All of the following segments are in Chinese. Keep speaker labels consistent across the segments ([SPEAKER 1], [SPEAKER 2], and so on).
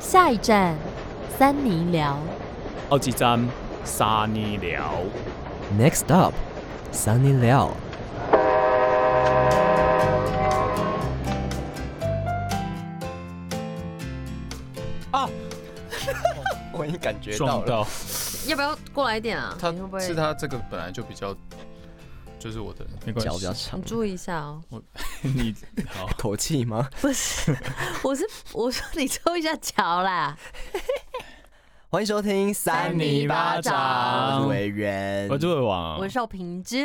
[SPEAKER 1] 下一站，三尼寮。
[SPEAKER 2] 好几站沙尼寮。
[SPEAKER 3] Next up, Sunny Liao。
[SPEAKER 4] 我已经感觉到
[SPEAKER 2] 撞
[SPEAKER 4] 了。
[SPEAKER 2] 到，
[SPEAKER 1] 要不要过来一点啊？
[SPEAKER 5] 他
[SPEAKER 1] 你会不会？
[SPEAKER 5] 是他这个本来就比较，就是我的
[SPEAKER 2] 没关
[SPEAKER 3] 脚比
[SPEAKER 2] 系
[SPEAKER 3] 较，长
[SPEAKER 1] 你，注意一下哦。
[SPEAKER 2] 你 好，
[SPEAKER 3] 口气吗？
[SPEAKER 1] 不是，我是我说你抽一下脚啦。
[SPEAKER 3] 欢迎收听
[SPEAKER 1] 三尼巴掌
[SPEAKER 3] 我是委员，
[SPEAKER 2] 我是伟
[SPEAKER 3] 哦
[SPEAKER 2] 王
[SPEAKER 1] 我，是要平啾。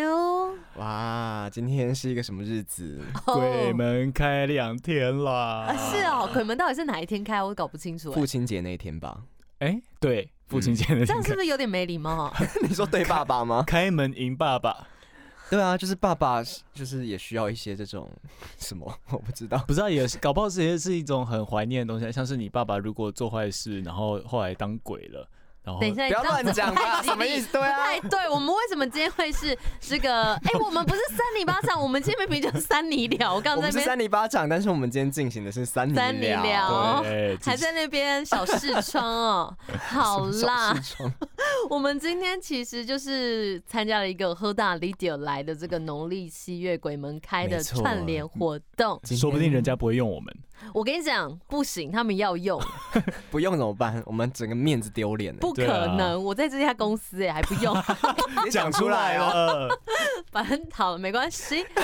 [SPEAKER 3] 哇，今天是一个什么日子？
[SPEAKER 2] 鬼
[SPEAKER 1] 哦
[SPEAKER 2] 门开两天啦
[SPEAKER 1] 啊，。是哦，鬼门到底是哪一天开？我搞不清楚哎
[SPEAKER 3] 父。亲节那一天吧？
[SPEAKER 2] 哎，对，父亲节那
[SPEAKER 1] 嗯这
[SPEAKER 2] 天
[SPEAKER 1] 样是
[SPEAKER 2] 开
[SPEAKER 1] 不是有点没礼貌啊？
[SPEAKER 3] 你说对爸爸吗？
[SPEAKER 2] 开门迎爸爸，
[SPEAKER 3] 对啊，就是爸爸，就是也需要一些这种什么，我不知道。
[SPEAKER 2] 不知道也是，搞不好这些是一种很怀念的东西，像是你爸爸如果做坏事，然后后来当鬼了，然后
[SPEAKER 1] 等一下，
[SPEAKER 3] 不要
[SPEAKER 1] 你这样子
[SPEAKER 3] 乱讲吧
[SPEAKER 1] 不太吉利
[SPEAKER 3] 什么意思对啊
[SPEAKER 1] 不太对，我们为什么今天会是这个？哎，我们不是三里巴掌，我们今天明明就是三里聊。我刚
[SPEAKER 3] 我
[SPEAKER 1] 刚在
[SPEAKER 3] 们是
[SPEAKER 1] 那边
[SPEAKER 3] 三尼巴掌，但是我们今天进行的是三尼
[SPEAKER 1] 三尼聊哦
[SPEAKER 2] 对，
[SPEAKER 1] 还在那边小视窗哦，好啦， 我们今天其实就是参加了一个喝大 l i d i o 来的这个农历七月鬼门开的
[SPEAKER 3] 没错嗯
[SPEAKER 1] 串联活动。
[SPEAKER 2] 说不定人家不会用我 们。
[SPEAKER 1] 我跟你讲，不行，他们要用，
[SPEAKER 3] 不用怎么办？我们整个面子丢脸了。
[SPEAKER 1] 不可
[SPEAKER 2] 对啊
[SPEAKER 1] 能。我在这家公司哎，还不 用，
[SPEAKER 3] 你讲出来哦。
[SPEAKER 2] 了，
[SPEAKER 1] 反正好了，没关系。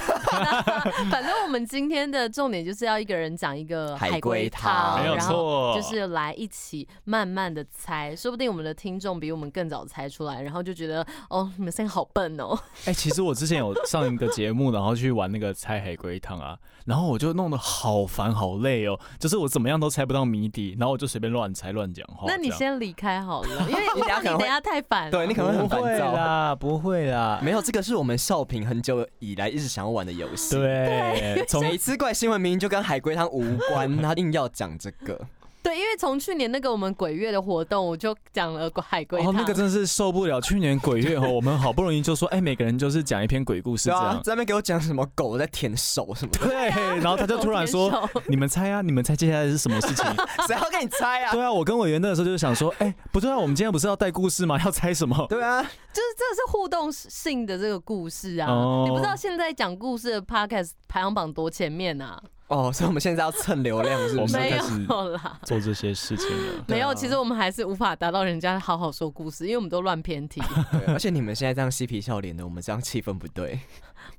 [SPEAKER 1] 反正我们今天的重点就是要一个人讲一个
[SPEAKER 3] 海
[SPEAKER 1] 海龟
[SPEAKER 3] 龟汤
[SPEAKER 1] 汤，
[SPEAKER 2] 没有
[SPEAKER 1] 然后
[SPEAKER 2] 错
[SPEAKER 1] 就是来一起慢慢的猜，说不定我们的听众比我们更早猜出来，然后就觉得哦，你们三个好笨哦。
[SPEAKER 2] 哎、其实我之前有上一个节目，然后去玩那个猜海龟汤啊，然后我就弄得好烦好累哦，就是我怎么样都猜不到谜底，然后我就随便乱猜乱讲话。
[SPEAKER 1] 那你
[SPEAKER 2] 这样
[SPEAKER 1] 先离开好 了，因为
[SPEAKER 3] 你
[SPEAKER 1] 我
[SPEAKER 3] 等
[SPEAKER 1] 怕你
[SPEAKER 3] 下可
[SPEAKER 1] 等
[SPEAKER 3] 能会
[SPEAKER 1] 下太烦了。
[SPEAKER 3] 对你可能会很
[SPEAKER 2] 不会
[SPEAKER 3] 烦躁。
[SPEAKER 2] 啦，不会 啦，
[SPEAKER 3] 没有，这个是我们少平很久以来一直想要玩的游戏。，
[SPEAKER 2] 对，从
[SPEAKER 3] 每次怪新闻明明就跟海龟汤无关，他硬要讲这 个。
[SPEAKER 1] 对，因为从去年那个我们鬼月的活动，我就讲了海龟
[SPEAKER 2] 哦
[SPEAKER 1] 汤。
[SPEAKER 2] 那个真的是受不了，去年鬼月哦，我们好不容易就说，哎、每个人就是讲一篇鬼故事
[SPEAKER 3] 对
[SPEAKER 2] 这
[SPEAKER 3] 啊
[SPEAKER 2] 样，，
[SPEAKER 3] 在那边给我讲什么狗在舔 手什么的，
[SPEAKER 2] 对，
[SPEAKER 1] 啊
[SPEAKER 2] 然后他就突然
[SPEAKER 1] 我
[SPEAKER 2] 说
[SPEAKER 1] 天手，
[SPEAKER 2] 你们猜啊，你们猜接下来是什么事情？
[SPEAKER 3] 谁要跟你猜啊？
[SPEAKER 2] 对啊，我跟委员那个时候就是想说，哎、不对啊，我们今天不是要带故事吗？要猜什么？
[SPEAKER 3] 对啊，
[SPEAKER 1] 就是这是互动性的这个故事啊，
[SPEAKER 2] 哦
[SPEAKER 1] 你不知道现在讲故事的 podcast 排行榜多前面啊？
[SPEAKER 3] 哦，所以我们现在要蹭流量是
[SPEAKER 2] 我们
[SPEAKER 3] 不是？
[SPEAKER 1] 没
[SPEAKER 2] 开始啊
[SPEAKER 1] 有啦。
[SPEAKER 2] 做这些事情啊了。
[SPEAKER 1] 没有，其实我们还是无法达到人家好好说故事，因为我们都乱偏题。
[SPEAKER 3] 对而且你们现在这样嬉皮笑脸的，我们这样气氛不对。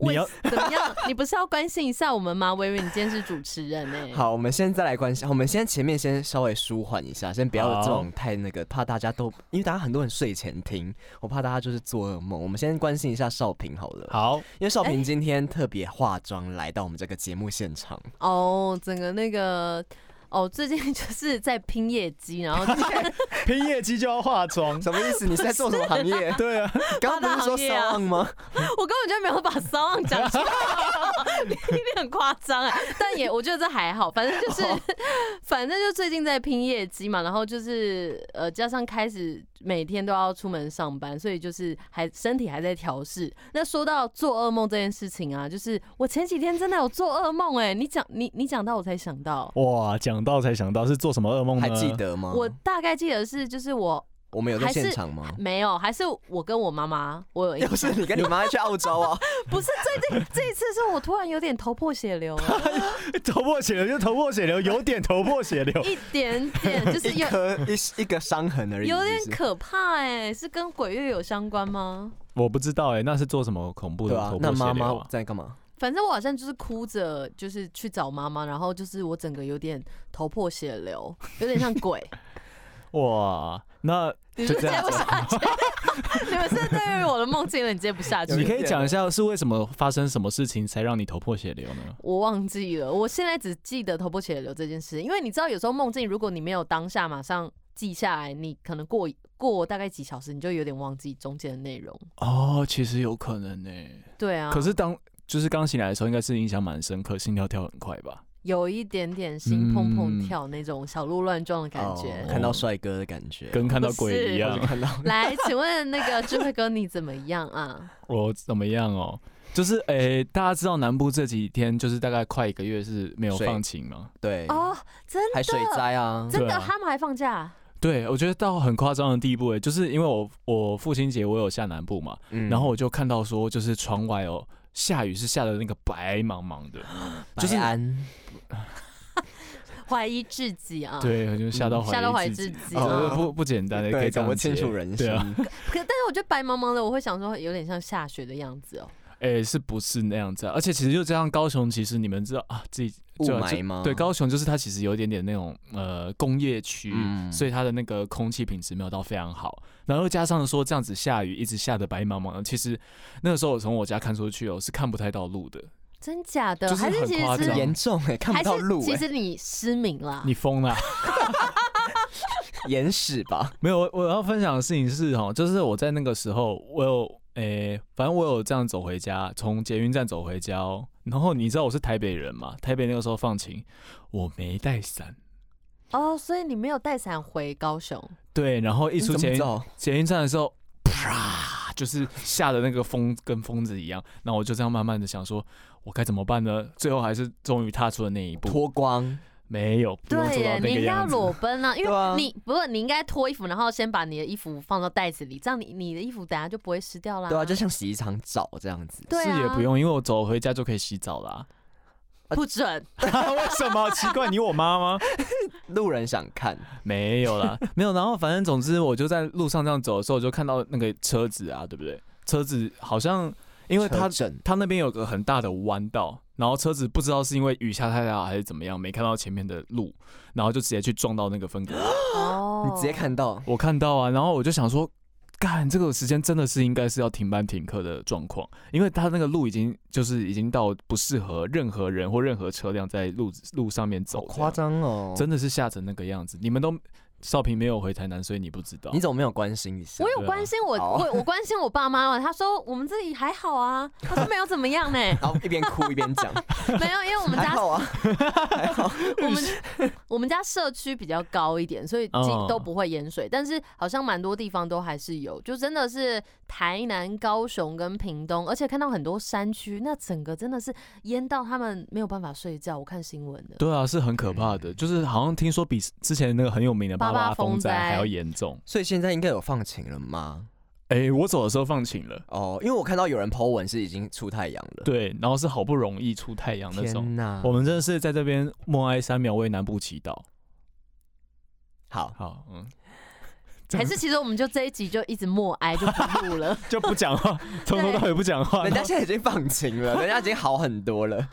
[SPEAKER 2] 你要
[SPEAKER 1] 为怎么样？你不是要关心一下我们吗？薇薇，你今天是主持人哎、
[SPEAKER 3] 好，我们现在来关心，我们先前面先稍微舒缓一下，先不要有这种太那个，怕大家都因为大家很多人睡前听，我怕大家就是做噩梦。我们先关心一下少平好哎了，
[SPEAKER 2] 好，
[SPEAKER 3] 因为少平今天特别化妆来到我们这个节目现场，
[SPEAKER 1] 哦，整个那个哦，最近就是在拼业绩，然后就
[SPEAKER 2] 拼业绩就要化妆。
[SPEAKER 3] 什么意思？你是在做什么行 业？
[SPEAKER 2] 对啊，
[SPEAKER 3] 刚刚不是说
[SPEAKER 1] 八大
[SPEAKER 3] 上吗？
[SPEAKER 1] 我根本就没有把骚浪讲出来，你很夸张哎。但也我觉得这还好，反正就是， 反正就最近在拼业绩嘛，然后就是呃，加上开始每天都要出门上班，所以就是还身体还在调试。那说到做噩梦这件事情啊，就是我前几天真的有做噩梦哎，你讲你你讲到我才想到。
[SPEAKER 2] 哇，讲到才想到是做什么噩梦呢？
[SPEAKER 3] 还记得吗？
[SPEAKER 1] 我大概记得是，就是我
[SPEAKER 3] 我们有在
[SPEAKER 1] 还是
[SPEAKER 3] 现场吗？
[SPEAKER 1] 没有，还是我 跟我妈妈，我 有印
[SPEAKER 3] 又是你跟你妈去澳洲 啊？
[SPEAKER 1] 不是最近这一次是我突然有点头破血流、哎
[SPEAKER 2] 头破血流就头破血流，有点头破血 流。
[SPEAKER 1] 一点点，就是
[SPEAKER 3] 一
[SPEAKER 1] 有
[SPEAKER 3] 颗一一个伤痕而已，
[SPEAKER 1] 有点
[SPEAKER 3] 是不是
[SPEAKER 1] 可怕哎、是跟鬼月有相关吗？
[SPEAKER 2] 我不知道哎，那是做什么恐怖的
[SPEAKER 3] 对啊
[SPEAKER 2] 头。破
[SPEAKER 3] 那
[SPEAKER 2] 血
[SPEAKER 3] 妈
[SPEAKER 2] 流
[SPEAKER 3] 妈
[SPEAKER 2] 啊？
[SPEAKER 3] 在干嘛？
[SPEAKER 1] 反正我好像就是哭着，就是去找妈妈，然后就是我整个有点头破血流，有点像鬼。
[SPEAKER 2] 哇，那
[SPEAKER 1] 你
[SPEAKER 2] 就
[SPEAKER 1] 不
[SPEAKER 2] 是
[SPEAKER 1] 是
[SPEAKER 2] 这
[SPEAKER 1] 接
[SPEAKER 2] 样
[SPEAKER 1] 不
[SPEAKER 2] 子。
[SPEAKER 1] 下去？ 你们是不是对于我的梦境有点接不下
[SPEAKER 2] 你
[SPEAKER 1] 去？
[SPEAKER 2] 可以讲一下是为什么发生什么事情才让你头破血流呢？
[SPEAKER 1] 我忘记了，我现在只记得头破血流这件事，因为你知道，有时候梦境如果你没有当下马上记下来，你可能过过大概几小时，你就有点忘记中间的内容。
[SPEAKER 2] 哦，其实有可能呢、
[SPEAKER 1] 对啊，
[SPEAKER 2] 可是当就是刚醒来的时候，应该是影响蛮深刻，心跳跳很快 吧？
[SPEAKER 1] 有一点点心砰砰跳那种小鹿乱撞的感觉。
[SPEAKER 3] 嗯哦看到帅哥的感觉，
[SPEAKER 2] 跟看到鬼一
[SPEAKER 3] 我
[SPEAKER 2] 样
[SPEAKER 3] 就。看到
[SPEAKER 1] 来，请问那个智慧哥你怎么样啊？
[SPEAKER 2] 我怎么样哦？就是诶、大家知道南部这几天就是大概快一个月是没有放晴嘛？
[SPEAKER 3] 对，
[SPEAKER 1] 哦，真的，
[SPEAKER 3] 还水灾啊，
[SPEAKER 1] 真
[SPEAKER 2] 对
[SPEAKER 1] 的
[SPEAKER 2] 啊
[SPEAKER 1] 他们还放假，
[SPEAKER 2] 对，我觉得到很夸张的地步诶、欸就是因为我我父亲节我有下南部嘛，
[SPEAKER 3] 嗯
[SPEAKER 2] 然后我就看到说就是窗外哦下雨是下的那个白茫茫的，就是
[SPEAKER 3] 白安
[SPEAKER 1] 怀疑自己啊。。
[SPEAKER 2] 对，就吓到怀疑
[SPEAKER 1] 吓到怀疑
[SPEAKER 2] 自
[SPEAKER 1] 自
[SPEAKER 2] 己
[SPEAKER 1] 己
[SPEAKER 2] 哦
[SPEAKER 1] 啊
[SPEAKER 2] 不不简单的，可以
[SPEAKER 3] 对
[SPEAKER 2] 这
[SPEAKER 3] 搞
[SPEAKER 2] 样
[SPEAKER 3] 不清
[SPEAKER 2] 解
[SPEAKER 3] 楚人
[SPEAKER 2] 对啊，
[SPEAKER 3] 生，
[SPEAKER 1] 可，但是我觉得白茫茫的，我会想说有点像下雪的样子哦。
[SPEAKER 2] 哎、是不是那样子、啊？而且其实就这样，高雄其实你们知道啊，自己
[SPEAKER 3] 雾
[SPEAKER 2] 就
[SPEAKER 3] 霾
[SPEAKER 2] 就
[SPEAKER 3] 吗
[SPEAKER 2] 对，高雄就是它其实有一点点那种呃工业区，
[SPEAKER 3] 嗯
[SPEAKER 2] 所以它的那个空气品质没有到非常好。然后又加上说这样子下雨，一直下的白茫茫的，其实那个时候我从我家看出去哦，是看不太到路的。
[SPEAKER 1] 真假的？
[SPEAKER 2] 就是
[SPEAKER 1] 还是
[SPEAKER 2] 很
[SPEAKER 1] 其
[SPEAKER 2] 夸
[SPEAKER 1] 实
[SPEAKER 2] 张
[SPEAKER 1] 是
[SPEAKER 3] 很严重哎，看
[SPEAKER 1] 还
[SPEAKER 3] 不到
[SPEAKER 1] 是
[SPEAKER 3] 路
[SPEAKER 1] 其
[SPEAKER 3] 哎，
[SPEAKER 1] 实你失明了，
[SPEAKER 2] 你疯了啊、
[SPEAKER 3] 眼屎吧，
[SPEAKER 2] 没有，我我要分享的事情是哈，就是我在那个时候，我有诶、反正我有这样走回家，从捷运站走回家哦。然后你知道我是台北人嘛？台北那个时候放晴，我没带伞。
[SPEAKER 1] 哦，所以你没有带伞回高雄。
[SPEAKER 2] 对，然后一
[SPEAKER 3] 一
[SPEAKER 2] 出捷运
[SPEAKER 3] 照，
[SPEAKER 2] 捷运站的时候，啪，就是下的那个风跟疯子一样。那我就这样慢慢的想说，我该怎么办呢？最后还是终于踏出了那一步，
[SPEAKER 3] 脱光，
[SPEAKER 2] 没有，不用
[SPEAKER 1] 对
[SPEAKER 2] 做到
[SPEAKER 1] 耶，
[SPEAKER 2] 那
[SPEAKER 1] 你
[SPEAKER 2] 个
[SPEAKER 1] 应该要
[SPEAKER 2] 样子。
[SPEAKER 1] 裸奔啊，因
[SPEAKER 3] 对
[SPEAKER 1] 为
[SPEAKER 3] 啊
[SPEAKER 1] 你不是你应该脱衣服，然后先把你的衣服放到袋子里，这样你你的衣服等下就不会湿掉啦。
[SPEAKER 3] 对啊，就像洗衣厂找这样子，
[SPEAKER 1] 对
[SPEAKER 2] 是
[SPEAKER 1] 啊，
[SPEAKER 2] 也不用，因为我走回家就可以洗澡啦、
[SPEAKER 1] 不准。
[SPEAKER 2] 为什么？奇怪，你我妈吗？
[SPEAKER 3] 路人想看，
[SPEAKER 2] 没有啦，没有。然后反正总之，我就在路上这样走的时候，我就看到那个车子啊，对不对？车子好像因为它
[SPEAKER 3] 车震
[SPEAKER 2] 它那边有个很大的弯道，然后车子不知道是因为雨下太大还是怎么样，没看到前面的路，然后就直接去撞到那个分隔 岛。
[SPEAKER 1] 哦
[SPEAKER 3] 你直接看到
[SPEAKER 2] 我看到啊，然后我就想说。干，这个时间真的是应该是要停班停课的状况，因为它那个路已经就是已经到不适合任何人或任何车辆在路路上面走
[SPEAKER 3] 好
[SPEAKER 2] 这样，
[SPEAKER 3] 夸张哦，
[SPEAKER 2] 真的是吓成那个样子。你们都少平没有回台南，所以你不知道。
[SPEAKER 3] 你怎么没有关心一下
[SPEAKER 1] 我？有关心我，
[SPEAKER 3] 对啊
[SPEAKER 1] 我我关心我爸妈了。他说我们这里还好啊，他说没有怎么样 呢，
[SPEAKER 3] 然后一边哭一边 讲，
[SPEAKER 1] 没有，因为我们
[SPEAKER 3] 还
[SPEAKER 1] 家
[SPEAKER 3] 好啊，
[SPEAKER 1] 我们我们家社区比较高一点，所以几
[SPEAKER 2] 哦
[SPEAKER 1] 都不会淹水，但
[SPEAKER 3] 嗯
[SPEAKER 1] 是好像蛮多地方都还是有，就真的是台南、高雄跟屏东，而且看到很多山区，那整个真的是淹到他们没有办法睡觉。我看新闻的，
[SPEAKER 2] 对啊，是很可怕
[SPEAKER 3] 嗯
[SPEAKER 2] 的，就是好像听说比之前那个很有名的
[SPEAKER 1] 八
[SPEAKER 2] 八
[SPEAKER 1] 八
[SPEAKER 2] 八风
[SPEAKER 1] 风
[SPEAKER 2] 灾
[SPEAKER 1] 灾
[SPEAKER 2] 还要严重。
[SPEAKER 3] 所以现在应该有放晴了吗？
[SPEAKER 2] 哎、我走的时候放晴了，
[SPEAKER 3] 哦，因为我看到有人 Po 文是已经出太阳了，
[SPEAKER 2] 对，然后是好不容易出太阳那种。
[SPEAKER 3] 天哪
[SPEAKER 2] 我，们真的是在这边默哀三秒，为南部祈祷。
[SPEAKER 3] 好，
[SPEAKER 2] 好，嗯，
[SPEAKER 1] 还是其实我们就这一集就一直默哀就不录 了。
[SPEAKER 2] 就不 讲话，从头到尾不讲话。
[SPEAKER 3] 人
[SPEAKER 2] 然
[SPEAKER 3] 家
[SPEAKER 2] 后
[SPEAKER 3] 现在已经放晴了，人家已经好很多了，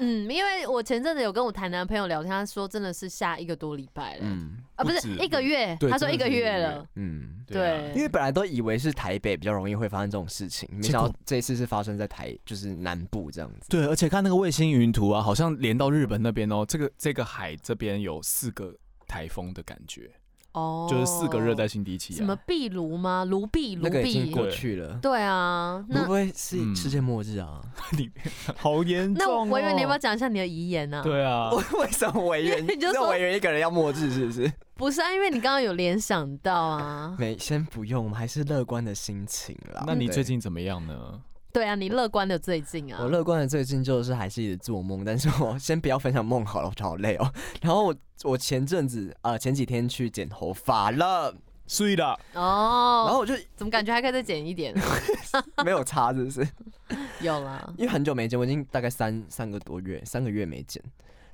[SPEAKER 1] 嗯，因为我前阵子有跟我台南的朋友聊天，他说真的是下一个多礼拜了、
[SPEAKER 3] 嗯
[SPEAKER 1] 啊，不
[SPEAKER 2] 不
[SPEAKER 1] 是
[SPEAKER 2] 止
[SPEAKER 1] 一个月，
[SPEAKER 2] 对
[SPEAKER 1] 他说
[SPEAKER 2] 真的
[SPEAKER 1] 一个
[SPEAKER 2] 是一个
[SPEAKER 1] 月
[SPEAKER 2] 月
[SPEAKER 1] 了，
[SPEAKER 3] 嗯。
[SPEAKER 5] 对啊
[SPEAKER 3] 因为本来都以为是台北比较容易会发生这种事情，没想
[SPEAKER 2] 结
[SPEAKER 3] 到
[SPEAKER 2] 果
[SPEAKER 3] 这一次是发生在台，就是南部这样子。
[SPEAKER 2] 对，而且看那个卫星云图啊，好像连到日本那边哦。这个这个海这边有四个台风的感觉，
[SPEAKER 1] 哦，
[SPEAKER 2] 就是四个热带啊性低气
[SPEAKER 1] 什么
[SPEAKER 2] 压。
[SPEAKER 1] 壁炉吗？炉壁，炉
[SPEAKER 3] 那个已经
[SPEAKER 1] 壁。
[SPEAKER 3] 过去了，
[SPEAKER 1] 对啊，
[SPEAKER 3] 会
[SPEAKER 1] 那
[SPEAKER 3] 不会是
[SPEAKER 2] 嗯
[SPEAKER 3] 世界末日啊？
[SPEAKER 2] 好严
[SPEAKER 1] 那
[SPEAKER 2] 重、哦！
[SPEAKER 1] 我以为你要不要讲一下你的遗言呢、啊？，
[SPEAKER 2] 对 啊，
[SPEAKER 3] 为为什么委 员？
[SPEAKER 1] 你就
[SPEAKER 3] 那
[SPEAKER 1] 说
[SPEAKER 3] 委员一个人要末日是不是？
[SPEAKER 1] 不是啊，因为你刚刚有联想到 啊。
[SPEAKER 3] 没，先不用，我们还是乐观的心情啦。
[SPEAKER 2] 那你
[SPEAKER 3] 对
[SPEAKER 2] 最近怎么样呢？
[SPEAKER 1] 对啊，你乐观的最近啊
[SPEAKER 3] 我。乐观的最近就是还是一直做梦，但是我先不要分享梦好了，我好累哦。 然后我我前阵子呃前几天去剪头发了，
[SPEAKER 2] 睡了，
[SPEAKER 3] 然后
[SPEAKER 1] 哦，
[SPEAKER 3] 我就
[SPEAKER 1] 怎么感觉还可以再减一点？
[SPEAKER 3] 没有擦，是不是？
[SPEAKER 1] 有啦，
[SPEAKER 3] 因为很久没剪，我已经大概三三个多月，三个月没剪。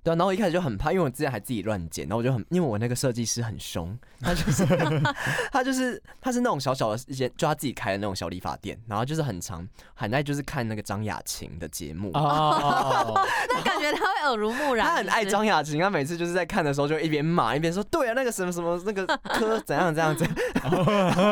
[SPEAKER 3] 对啊，然后我一开始就很怕，因为我之前还自己乱剪，然后我就很，因为我那个设计师很凶，他就是 他就是他是那种小小的一间，就他自己开的那种小理发店，然后就是很长，很爱就是看那个张雅琴的节目，
[SPEAKER 2] 哦，
[SPEAKER 1] 那感觉他会耳濡目染。
[SPEAKER 3] 他很爱
[SPEAKER 1] 是不是
[SPEAKER 3] 张雅琴，他每次就是在看的时候就一边骂一边说：“对啊，那个什么什么那个科怎样怎样怎样。”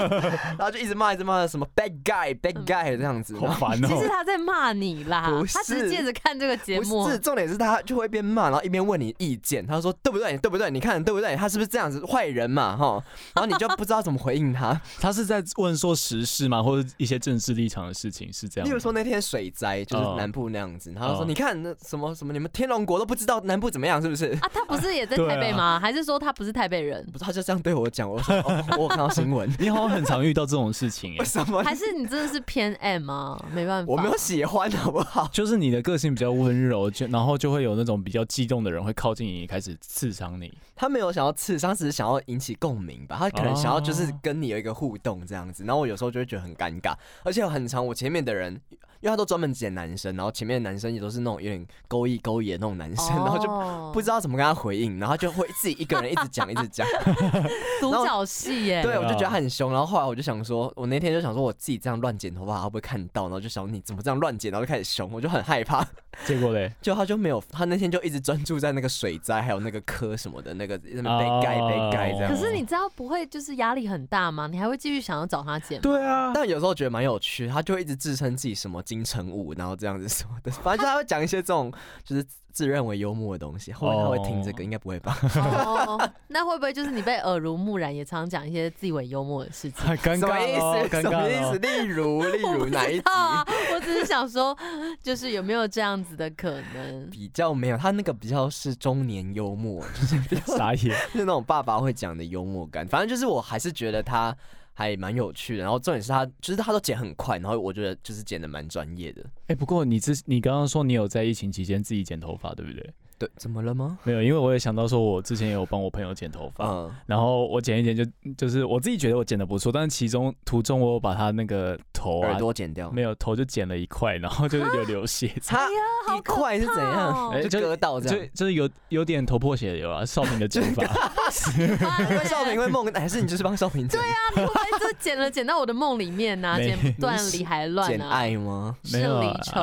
[SPEAKER 3] 然后就一直骂一直骂什么 bad guy bad guy 这样子。
[SPEAKER 2] 好
[SPEAKER 3] 然 后
[SPEAKER 2] 烦
[SPEAKER 1] 其实
[SPEAKER 2] 哦。
[SPEAKER 1] 他在骂你啦
[SPEAKER 3] 不，
[SPEAKER 1] 他只是
[SPEAKER 3] 是
[SPEAKER 1] 借着看这个节目啊
[SPEAKER 3] 不。是，重点是他就会一边骂，然后后一边问你意见，他说对不对？对不对？你看对不对？他是不是这样子坏人 嘛？哈，然后你就不知道怎么回应他。
[SPEAKER 5] 他是在问说时事吗，或者一些政治立场的事情，是这样吗。
[SPEAKER 3] 例如说那天水灾就是
[SPEAKER 1] 哦
[SPEAKER 3] 南部那样子，然后说
[SPEAKER 5] 哦
[SPEAKER 3] 你看那什么什么，你们天龙国都不知道南部怎么样，是不是？
[SPEAKER 1] 啊，他不是也在
[SPEAKER 5] 对
[SPEAKER 1] 台北
[SPEAKER 5] 啊
[SPEAKER 1] 吗？还是说他不是台北人？
[SPEAKER 3] 不是， 他就这样对我讲，我说哦，我有看到新闻，
[SPEAKER 5] 你好像很常遇到这种事情、
[SPEAKER 3] 为
[SPEAKER 5] 哎，
[SPEAKER 3] 什 么？
[SPEAKER 1] 还是你真的是偏 M 啊？没办法，
[SPEAKER 3] 我没有喜欢好不好？
[SPEAKER 5] 就是你的个性比较温柔，就然后就会有那种比较激动的人会靠近你，开始刺伤你。
[SPEAKER 3] 他没有想要刺伤，只是想要引起共鸣吧。他可能想要就是跟你有一个互动这样子。然后我有时候就会觉得很尴尬，而且很长，我前面的人，因为他都专门剪男生，然后前面的男生也都是那种有点勾一勾一的那种男生，然后就
[SPEAKER 1] 就
[SPEAKER 3] 不知道怎么跟他回应，然后就会自己一个人一直讲一直讲。
[SPEAKER 1] 独
[SPEAKER 3] 然后
[SPEAKER 1] 角戏耶。
[SPEAKER 3] 对，我就觉得他很凶。然后后来我就想说，我那天就想说我自己这样乱剪头发，他会不会看到？然后就想你怎么这样乱剪，然后就开始凶，我就很害怕。
[SPEAKER 5] 结果嘞，
[SPEAKER 3] 就他就没有，他那天就一直专注在那个水灾，还有那个科什么的，那个那么被盖被盖这样
[SPEAKER 5] 啊
[SPEAKER 1] 可
[SPEAKER 3] 子。
[SPEAKER 1] 是你知道不会就是压力很大吗？你还会继续想要找他剪吗？
[SPEAKER 5] 对啊，
[SPEAKER 3] 但有时候觉得蛮有趣，他就会一直自称自己什么金城武，然后这样子什么的，反正就他会讲一些这种就是自认为幽默的东西。后来他会听这个，
[SPEAKER 5] 哦
[SPEAKER 3] 应该不 会吧？
[SPEAKER 1] 哦，那会不会就是你被耳濡目染，也常讲一些自以为幽默的事情？
[SPEAKER 5] 很尴
[SPEAKER 3] 什么
[SPEAKER 5] 尬
[SPEAKER 3] 意
[SPEAKER 1] 哦
[SPEAKER 5] 咯
[SPEAKER 3] 思？
[SPEAKER 5] 尴
[SPEAKER 3] 什
[SPEAKER 5] 尬
[SPEAKER 3] 么意
[SPEAKER 5] 咯
[SPEAKER 3] 思？例如，例
[SPEAKER 1] 我
[SPEAKER 3] 如
[SPEAKER 1] 不
[SPEAKER 3] 哪一
[SPEAKER 1] 知
[SPEAKER 3] 集？
[SPEAKER 1] 道啊， 我只是想说，就是有没有这样子的可能？
[SPEAKER 3] 比较没有，他那个比较是中年幽默， 就是比较
[SPEAKER 5] 傻眼。
[SPEAKER 3] 是那种爸爸会讲的幽默感。反正就是我还是觉得他还蛮有趣的，然后重点是他就是他都剪很快，然后我觉得就是剪的蛮专业的。
[SPEAKER 5] 哎、不过你之你刚刚说你有在疫情期间自己剪头发，对不对？
[SPEAKER 3] 对，怎么了吗？
[SPEAKER 5] 没有，因为我也想到说，我之前也有帮我朋友剪头发，
[SPEAKER 3] 嗯，
[SPEAKER 5] 然后我剪一剪就就是我自己觉得我剪的不错，但是其中途中我有把他那个头
[SPEAKER 3] 耳
[SPEAKER 5] 啊，
[SPEAKER 3] 朵剪掉。
[SPEAKER 5] 没有头就剪了一块，然后就是有流血，
[SPEAKER 3] 他
[SPEAKER 1] 哎好
[SPEAKER 3] 啊一
[SPEAKER 1] 可
[SPEAKER 3] 块是怎
[SPEAKER 1] 怕
[SPEAKER 3] 样？
[SPEAKER 1] 哦
[SPEAKER 5] 哎
[SPEAKER 3] 就
[SPEAKER 5] 就
[SPEAKER 3] 割到这
[SPEAKER 5] 就
[SPEAKER 3] 样。
[SPEAKER 5] 就是有有点头破血流啊，少平的剪法。
[SPEAKER 1] 哎
[SPEAKER 3] 那少平会梦，还是你就是帮少平剪？对啊，
[SPEAKER 1] 会不会就剪了剪到我的梦里面呐、
[SPEAKER 5] 没
[SPEAKER 1] 剪不断理还乱
[SPEAKER 3] 剪
[SPEAKER 1] 啊，
[SPEAKER 3] 爱吗？
[SPEAKER 1] 是
[SPEAKER 5] 没有
[SPEAKER 1] 离
[SPEAKER 5] 啊
[SPEAKER 1] 愁，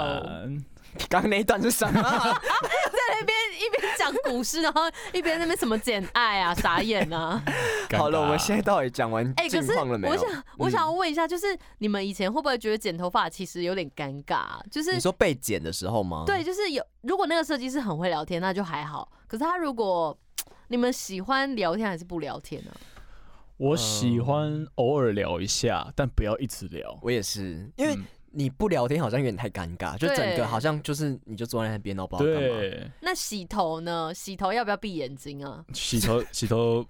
[SPEAKER 3] 刚刚那一段是什么？
[SPEAKER 1] 在那边一边讲古诗，然后一边那边什么剪爱啊，傻眼啊！
[SPEAKER 5] 尴尬
[SPEAKER 3] 好了，我们现在到底讲完
[SPEAKER 1] 哎、可
[SPEAKER 3] 近
[SPEAKER 1] 是
[SPEAKER 3] 况了没有
[SPEAKER 1] 我？
[SPEAKER 3] 嗯
[SPEAKER 1] 想，我想要问一下，就是你们以前会不会觉得剪头发其实有点尴尬啊、就是
[SPEAKER 3] 你说被剪的时候吗？
[SPEAKER 1] 对，，就是有如果那个设计师很会聊天，那就还好。可是他如果你们喜欢聊天还是不聊天呢、
[SPEAKER 5] 我喜欢偶尔聊一下，但不要一直聊。
[SPEAKER 3] 我也是，因为
[SPEAKER 5] 嗯
[SPEAKER 3] 你不聊天好像有点太尴尬，就整
[SPEAKER 1] 对
[SPEAKER 3] 个好像就是你就坐在那边，然后
[SPEAKER 5] 嗯
[SPEAKER 3] 不知道干嘛。
[SPEAKER 5] 对，
[SPEAKER 1] 那洗头呢？洗头要不要闭眼睛啊？
[SPEAKER 5] 洗头 洗头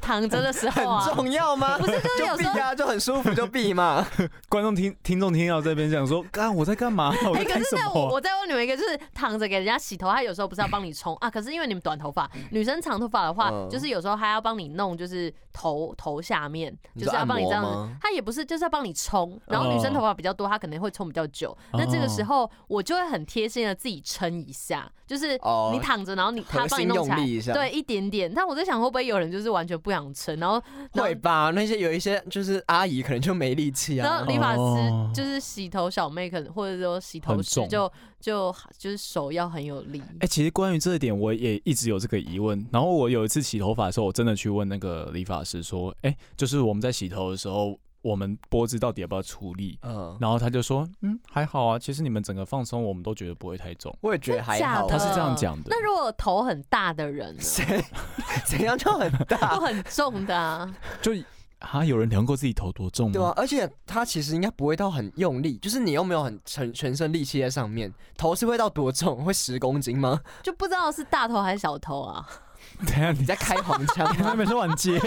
[SPEAKER 1] 躺着的时候
[SPEAKER 3] 很
[SPEAKER 1] 啊，
[SPEAKER 3] 重要吗
[SPEAKER 1] 不？是就是
[SPEAKER 3] 就
[SPEAKER 1] 有
[SPEAKER 3] 避
[SPEAKER 1] 时候。
[SPEAKER 3] 啊，就很舒服，就避 嘛。
[SPEAKER 5] 观众听听众听到这边讲说，啊，我在干嘛？我
[SPEAKER 1] 哎、
[SPEAKER 5] 在
[SPEAKER 1] 可
[SPEAKER 5] 干
[SPEAKER 1] 是
[SPEAKER 5] 什
[SPEAKER 1] 那我
[SPEAKER 5] 么？
[SPEAKER 1] 我再问你们一个，就是躺着给人家洗头，他有时候不是要帮你冲啊？可是因为你们短头发，女生长头发的话，
[SPEAKER 3] 嗯
[SPEAKER 1] 就是有时候他要帮你弄，就是头头下面，
[SPEAKER 3] 你
[SPEAKER 1] 就
[SPEAKER 3] 说
[SPEAKER 1] 是要帮你这样
[SPEAKER 3] 按摩
[SPEAKER 1] 子
[SPEAKER 3] 吗。嗯
[SPEAKER 1] 他也不是，就是要帮你冲。然后女生
[SPEAKER 5] 哦
[SPEAKER 1] 头发比较多，她可能会冲比较久。那这个时
[SPEAKER 3] 嗯
[SPEAKER 1] 候我就会很贴心的自己撑一下，就是
[SPEAKER 3] 哦
[SPEAKER 1] 你躺着，然后你他
[SPEAKER 3] 核
[SPEAKER 1] 帮你
[SPEAKER 3] 心
[SPEAKER 1] 弄起
[SPEAKER 3] 用
[SPEAKER 1] 来。
[SPEAKER 3] 力一下，
[SPEAKER 1] 对，一点点，但我在想会不会有人就是完全不想撑，然后然后
[SPEAKER 3] 会吧？那些有一些就是阿姨可能就没力气
[SPEAKER 1] 然后
[SPEAKER 3] 啊。
[SPEAKER 1] 理发
[SPEAKER 5] 哦
[SPEAKER 1] 师就是洗头小妹，可能或者说洗头
[SPEAKER 5] 很
[SPEAKER 1] 师
[SPEAKER 5] 重
[SPEAKER 1] 就就就是手要很有力。
[SPEAKER 5] 哎、其实关于这一点，我也一直有这个疑问。然后我有一次洗头发的时候，我真的去问那个理发师说，哎、就是我们在洗头的时候，我们脖子到底要不要处理？
[SPEAKER 3] 嗯，
[SPEAKER 5] 然后他就说，嗯，还好啊，其实你们整个放松，我们都觉得不会太重。
[SPEAKER 3] 我也觉得还好。啊
[SPEAKER 1] 真
[SPEAKER 5] 他
[SPEAKER 1] 的
[SPEAKER 5] 是
[SPEAKER 1] 假
[SPEAKER 5] 这样讲的
[SPEAKER 1] 那。如果头很大的人呢，
[SPEAKER 3] 谁 怎样就很大
[SPEAKER 1] 就，很重的 啊，
[SPEAKER 5] 就啊，有人量过自己头多重
[SPEAKER 3] 对啊
[SPEAKER 5] 吗？，
[SPEAKER 3] 而且他其实应该不会到很用力，就是你又没有很全全身力气在上面，头是会到多重？会十公斤吗？
[SPEAKER 1] 就不知道是大头还是小头啊。
[SPEAKER 5] 等一下
[SPEAKER 3] 你
[SPEAKER 5] 你。
[SPEAKER 3] 在开黄腔
[SPEAKER 5] 你在
[SPEAKER 3] 吗？
[SPEAKER 5] 那边是晚接，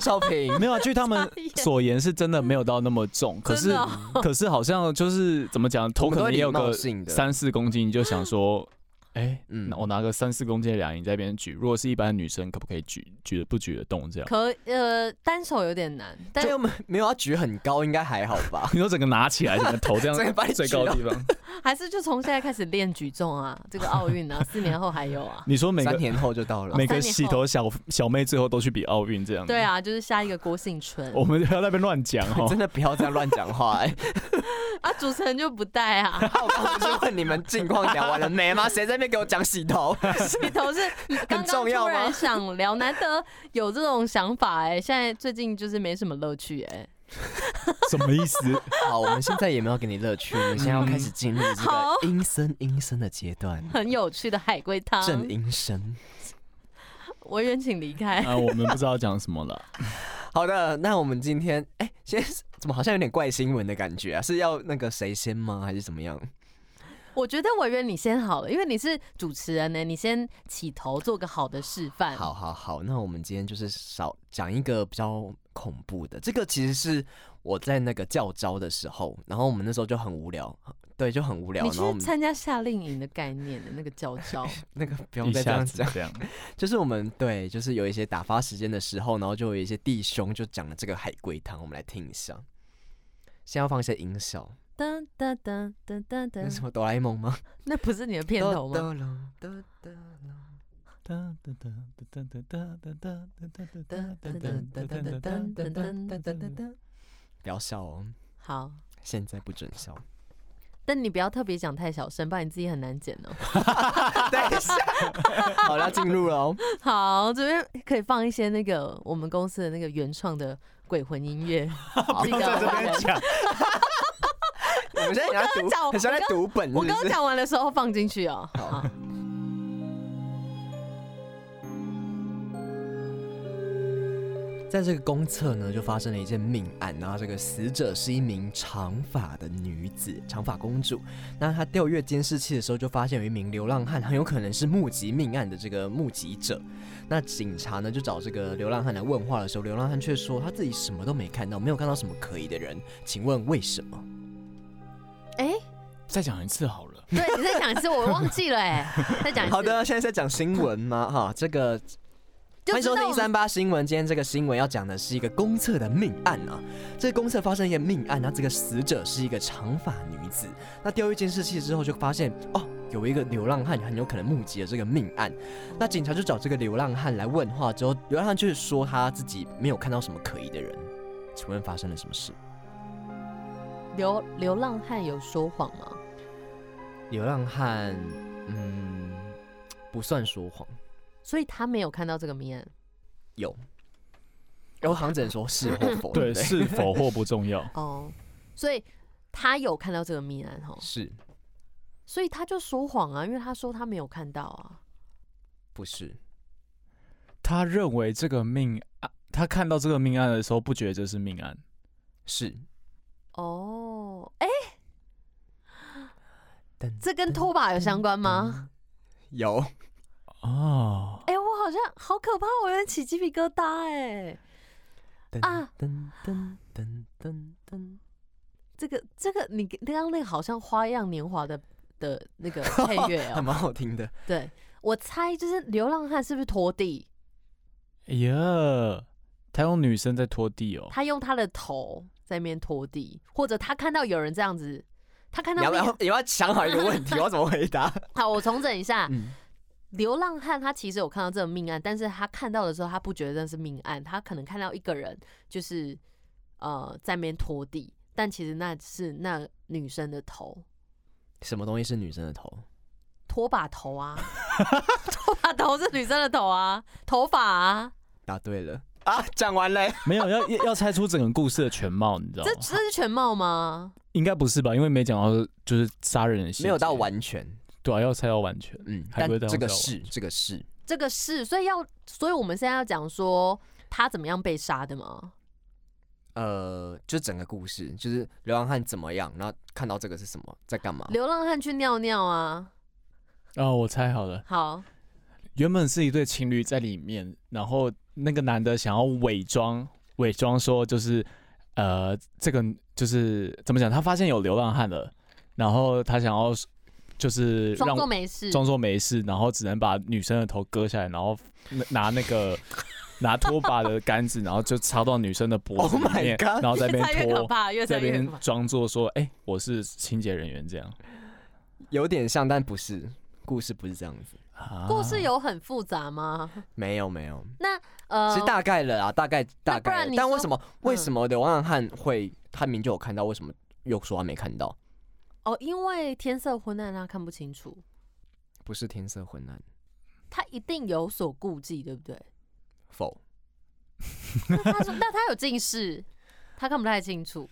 [SPEAKER 3] 少平，
[SPEAKER 5] 没有啊？据他们
[SPEAKER 1] 傻眼
[SPEAKER 5] 所言是真的没有到那么重，可
[SPEAKER 1] 真
[SPEAKER 5] 是
[SPEAKER 1] 的哦
[SPEAKER 5] 可是好像就是怎么讲，头可能也 有
[SPEAKER 3] 我们都
[SPEAKER 5] 个
[SPEAKER 3] 礼貌性的
[SPEAKER 5] 三四公斤，你就想说，哎、
[SPEAKER 3] 嗯
[SPEAKER 5] 那我拿个三四公斤的哑铃在那边举，如果是一般女生，可不可以举举得不举得动这样？？
[SPEAKER 1] 可呃，单手有点难，但
[SPEAKER 3] 这又没没有要举很高，应该还好吧
[SPEAKER 5] 你说整个拿起来，整个头这
[SPEAKER 3] 整个哦把
[SPEAKER 5] 样
[SPEAKER 3] 你
[SPEAKER 5] 最
[SPEAKER 3] 举
[SPEAKER 5] 高的
[SPEAKER 3] 到
[SPEAKER 5] 地方，
[SPEAKER 1] 还是就从现在开始练举重 啊，这个奥运啊，四年后还有啊。
[SPEAKER 5] 你说每
[SPEAKER 3] 三
[SPEAKER 5] 个
[SPEAKER 3] 年后就到了，。
[SPEAKER 5] 每
[SPEAKER 1] 三
[SPEAKER 5] 个
[SPEAKER 1] 年
[SPEAKER 5] 洗
[SPEAKER 1] 后
[SPEAKER 5] 头小小妹最后都去比奥运这样？
[SPEAKER 1] 对，啊，就是下一个郭幸存
[SPEAKER 5] 我们不要在那边乱讲哦
[SPEAKER 3] 真的不要这样乱讲话 哎、
[SPEAKER 1] 啊，主持人就不带啊，
[SPEAKER 3] 啊我刚不是问你们近况聊完了没吗？谁在那边给我讲洗头？
[SPEAKER 1] 洗头是刚刚
[SPEAKER 3] 重要
[SPEAKER 1] 突
[SPEAKER 3] 吗
[SPEAKER 1] 欸然想聊，难得有这种想法哎、现在最近就是没什么乐趣哎、
[SPEAKER 5] 什么意思？
[SPEAKER 3] 好，我们现在也没有给你乐趣，我们现在要开始进入这
[SPEAKER 1] 好
[SPEAKER 3] 个阴森阴森的阶段，
[SPEAKER 1] 很有趣的海龟汤。
[SPEAKER 3] 正阴森。
[SPEAKER 1] 我远请离开。
[SPEAKER 5] 啊，我们不知道讲什么了。
[SPEAKER 3] 好的，那我们今天哎、 先怎么好像有点怪新闻的感觉啊？是要那个谁先吗？还是怎么样？
[SPEAKER 1] 嗯我觉得委员你先好了，因为你是主持人呢，你先起头做个好的示范。
[SPEAKER 3] 好，好好，那我们今天就是少讲一个比较恐怖的。这个其实是我在那个教招的时候，然后我们那时候就很无聊，对，就很无聊。
[SPEAKER 1] 你
[SPEAKER 3] 然后我
[SPEAKER 1] 去
[SPEAKER 3] 们
[SPEAKER 1] 参加夏令营的概念的那个教 招，
[SPEAKER 3] 那个不用
[SPEAKER 5] 一
[SPEAKER 3] 再这
[SPEAKER 5] 下
[SPEAKER 3] 样
[SPEAKER 5] 子
[SPEAKER 3] 讲，
[SPEAKER 5] 这样，
[SPEAKER 3] 就是我们对，就是有一些打发时间的时候，然后就有一些弟兄就讲了这个海龟汤，我们来听一下。先要放一些音效，
[SPEAKER 1] 噔噔噔噔噔
[SPEAKER 3] 那是什
[SPEAKER 1] 噔，
[SPEAKER 3] 么哆啦 A 梦吗？
[SPEAKER 1] 那不是你的片头嗯吗？
[SPEAKER 3] 哆啦哆啦哆啦
[SPEAKER 5] 哒哒哒哒哒哒哒哒哒哒
[SPEAKER 1] 噔
[SPEAKER 5] 哒
[SPEAKER 1] 噔噔
[SPEAKER 5] 哒哒
[SPEAKER 1] 噔
[SPEAKER 5] 哒
[SPEAKER 1] 噔
[SPEAKER 5] 哒
[SPEAKER 1] 噔噔噔噔。
[SPEAKER 3] 不要笑哦，
[SPEAKER 1] 好，
[SPEAKER 3] 现在不准笑。
[SPEAKER 1] 但你不要特别讲太小声，不然你自己很难剪哦。
[SPEAKER 3] 等一下， 好，要进入了哦。
[SPEAKER 1] 好，这边可以放一些那个我们公司的那个原创的鬼魂音 乐。不
[SPEAKER 5] 不要在这边讲，
[SPEAKER 3] 我们现在
[SPEAKER 1] 我刚刚
[SPEAKER 3] 很像在
[SPEAKER 1] 讲
[SPEAKER 3] 读，很像在读本，
[SPEAKER 1] 我刚
[SPEAKER 3] 是不
[SPEAKER 1] 刚
[SPEAKER 3] 是
[SPEAKER 1] 讲完的时候放进去哦。
[SPEAKER 3] 好
[SPEAKER 1] 好，
[SPEAKER 3] 在这个公厕呢，就发生了一件命案，然后这个死者是一名长发的女子，长发公主。那她调阅监视器的时候，就发现有一名流浪汉，很有可能是目击命案的这个目击者。那警察呢，就找这个流浪汉来问话的时候，流浪汉却说他自己什么都没看到，没有看到什么可疑的人。请问为什么？
[SPEAKER 1] 哎，
[SPEAKER 5] 再讲一次好了。
[SPEAKER 1] 对，你再讲一次，我忘记了， 哎，再讲一次。
[SPEAKER 3] 好，的，现在在讲新闻吗？哈，这个
[SPEAKER 1] 就
[SPEAKER 3] 欢迎
[SPEAKER 1] 知
[SPEAKER 3] 收
[SPEAKER 1] 道
[SPEAKER 3] 听
[SPEAKER 1] 我
[SPEAKER 3] 三
[SPEAKER 1] 们
[SPEAKER 3] 八新闻。今天这个新闻要讲的是一个公厕的命案啊。这个公厕发生一个命案，那这个死者是一个长发女子。那调阅监视器之后，就发现哦，有一个流浪汉很有可能目击了这个命案。那警察就找这个流浪汉来问话之后，流浪汉就是说他自己没有看到什么可疑的人。请问发生了什么事？
[SPEAKER 1] 流流浪汉有说谎吗？
[SPEAKER 3] 流浪汉，嗯，不算说谎，
[SPEAKER 1] 所以他没有看到这个谜案
[SPEAKER 3] 有。然后好像只能说是或 否，
[SPEAKER 5] 对，
[SPEAKER 3] 不
[SPEAKER 5] 是否或不重要。
[SPEAKER 1] 哦，所以他有看到这个谜案哦，
[SPEAKER 3] 是
[SPEAKER 1] 所以他就说谎啊，因为他说他没有看到啊。
[SPEAKER 3] 不是？
[SPEAKER 5] 他认为这个命案，他看到这个命案的时候，不觉得这是命案。
[SPEAKER 3] 是。
[SPEAKER 1] 哦，哎、
[SPEAKER 3] 噔
[SPEAKER 1] 这跟拖把有相关吗？
[SPEAKER 3] 嗯有，
[SPEAKER 5] 哦，
[SPEAKER 1] 哎、我好像好可怕，我有点起鸡皮疙瘩哎、啊
[SPEAKER 3] 噔噔噔噔噔，
[SPEAKER 1] 这个这个，你刚刚那个好像《花样年华》的的那个配乐
[SPEAKER 3] 还
[SPEAKER 1] 哦、
[SPEAKER 3] 蛮好听的。
[SPEAKER 1] 对，我猜就是流浪汉是不是拖地？
[SPEAKER 5] 哎呀，他用女生在拖地哦。
[SPEAKER 1] 他用他的头在那边拖地，或者他看到有人这样子，他看
[SPEAKER 3] 你
[SPEAKER 1] 到
[SPEAKER 3] 要不
[SPEAKER 1] 那
[SPEAKER 3] 要
[SPEAKER 1] 个
[SPEAKER 3] 你要不要想好一个问 题，我要怎么回答？
[SPEAKER 1] 好，我重整一下，
[SPEAKER 3] 嗯，
[SPEAKER 1] 流浪汉他其实有看到这个命案，但是他看到的时候，他不觉得那是命案，他可能看到一个人就是呃在那边拖地，但其实那是那女生的头，
[SPEAKER 3] 什么东西是女生的头？
[SPEAKER 1] 拖把头啊，拖把头是女生的头啊，头发啊，
[SPEAKER 3] 答对了啊，讲完嘞。
[SPEAKER 5] 没有，要要要猜出整个故事的全貌，你知道
[SPEAKER 1] 这
[SPEAKER 5] 吗？
[SPEAKER 1] 这是全貌吗？
[SPEAKER 5] 应该不是吧？因为没讲到就是杀人的细节
[SPEAKER 3] 没有到完全，
[SPEAKER 5] 对啊，要猜到完全。
[SPEAKER 3] 嗯，
[SPEAKER 5] 还
[SPEAKER 3] 但
[SPEAKER 5] 不会到
[SPEAKER 3] 这个
[SPEAKER 5] 到完
[SPEAKER 3] 是这个是
[SPEAKER 1] 这个是，所以要，所以我们现在要讲说他怎么样被杀的吗？
[SPEAKER 3] 呃，就整个故事就是流浪汉怎么样，然后看到这个是什么，在干嘛？
[SPEAKER 1] 流浪汉去尿尿啊，
[SPEAKER 5] 啊，我猜好了，
[SPEAKER 1] 好，
[SPEAKER 5] 原本是一对情侣在里面，然后那个男的想要伪装，伪装说就是，呃，这个就是怎么讲？他发现有流浪汉了，然后他想要就是
[SPEAKER 1] 装
[SPEAKER 5] 让
[SPEAKER 1] 作没事，
[SPEAKER 5] 装作没事，然后只能把女生的头割下来，然后 拿拿那个拿拖把的杆子，然后就插到女生的脖子
[SPEAKER 3] Oh
[SPEAKER 5] 里
[SPEAKER 3] my
[SPEAKER 5] 面
[SPEAKER 3] God
[SPEAKER 5] 然后在那
[SPEAKER 1] 越猜
[SPEAKER 5] 边
[SPEAKER 1] 越可
[SPEAKER 5] 拖，
[SPEAKER 1] 怕，越
[SPEAKER 5] 在
[SPEAKER 1] 猜
[SPEAKER 5] 那
[SPEAKER 1] 越可
[SPEAKER 5] 边
[SPEAKER 1] 怕。
[SPEAKER 5] 装作说，哎、我是清洁人员这样。
[SPEAKER 3] 有点像，但不是，故事不是这样子。
[SPEAKER 5] 啊
[SPEAKER 1] 故事有很复杂吗？
[SPEAKER 3] 没有没有，
[SPEAKER 1] 呃
[SPEAKER 3] 其实，大概了啊，大概大
[SPEAKER 1] 不然
[SPEAKER 3] 概了
[SPEAKER 1] 你。
[SPEAKER 3] 但为
[SPEAKER 1] 说
[SPEAKER 3] 什么为什么流浪汉会他明就有看到，为什么又说他没看到？
[SPEAKER 1] 哦，因为天色昏暗，他看不清楚，
[SPEAKER 3] 不是天色昏暗，
[SPEAKER 1] 他一定有所 顾忌，对不对？
[SPEAKER 3] 否？
[SPEAKER 1] 那他说，那他有近视，他看不太清楚。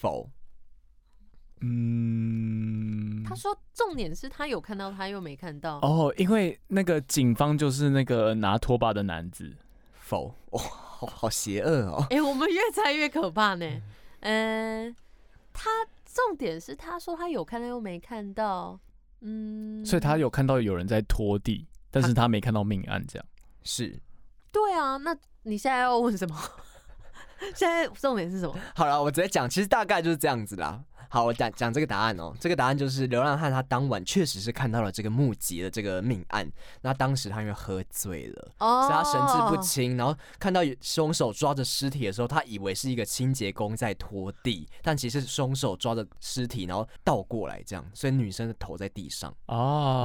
[SPEAKER 3] 否，
[SPEAKER 5] 嗯
[SPEAKER 1] 他，说重点是他有看到，他又没看到。
[SPEAKER 5] 哦，因为那个警方就是那个呃拿拖把的男子，
[SPEAKER 3] 否， 哇、好好邪恶哦。
[SPEAKER 1] 哎、我们越猜越可怕呢。嗯，他重点是他说他有看到又没看到，嗯，啊
[SPEAKER 5] 所以他有看到有人在拖地，但是他没看到命案这样。
[SPEAKER 3] 是，
[SPEAKER 1] 对啊。那你现在要问什么？ 现在重点是什么？
[SPEAKER 3] 好了，我直接讲，其实大概就是这样子啦。好，我讲讲这个答案哦。这个答案就是流浪汉他当晚确实是看到了这个目击的这个命案，那当时他因为喝醉了。
[SPEAKER 1] 哦，
[SPEAKER 3] 所以他神志不。清，然后看到有凶手抓着尸体的时候，他以为是一个清洁工在拖地，但其实是凶手抓着尸体，然后倒过来这样，所以女生的头在地上，
[SPEAKER 5] 哦，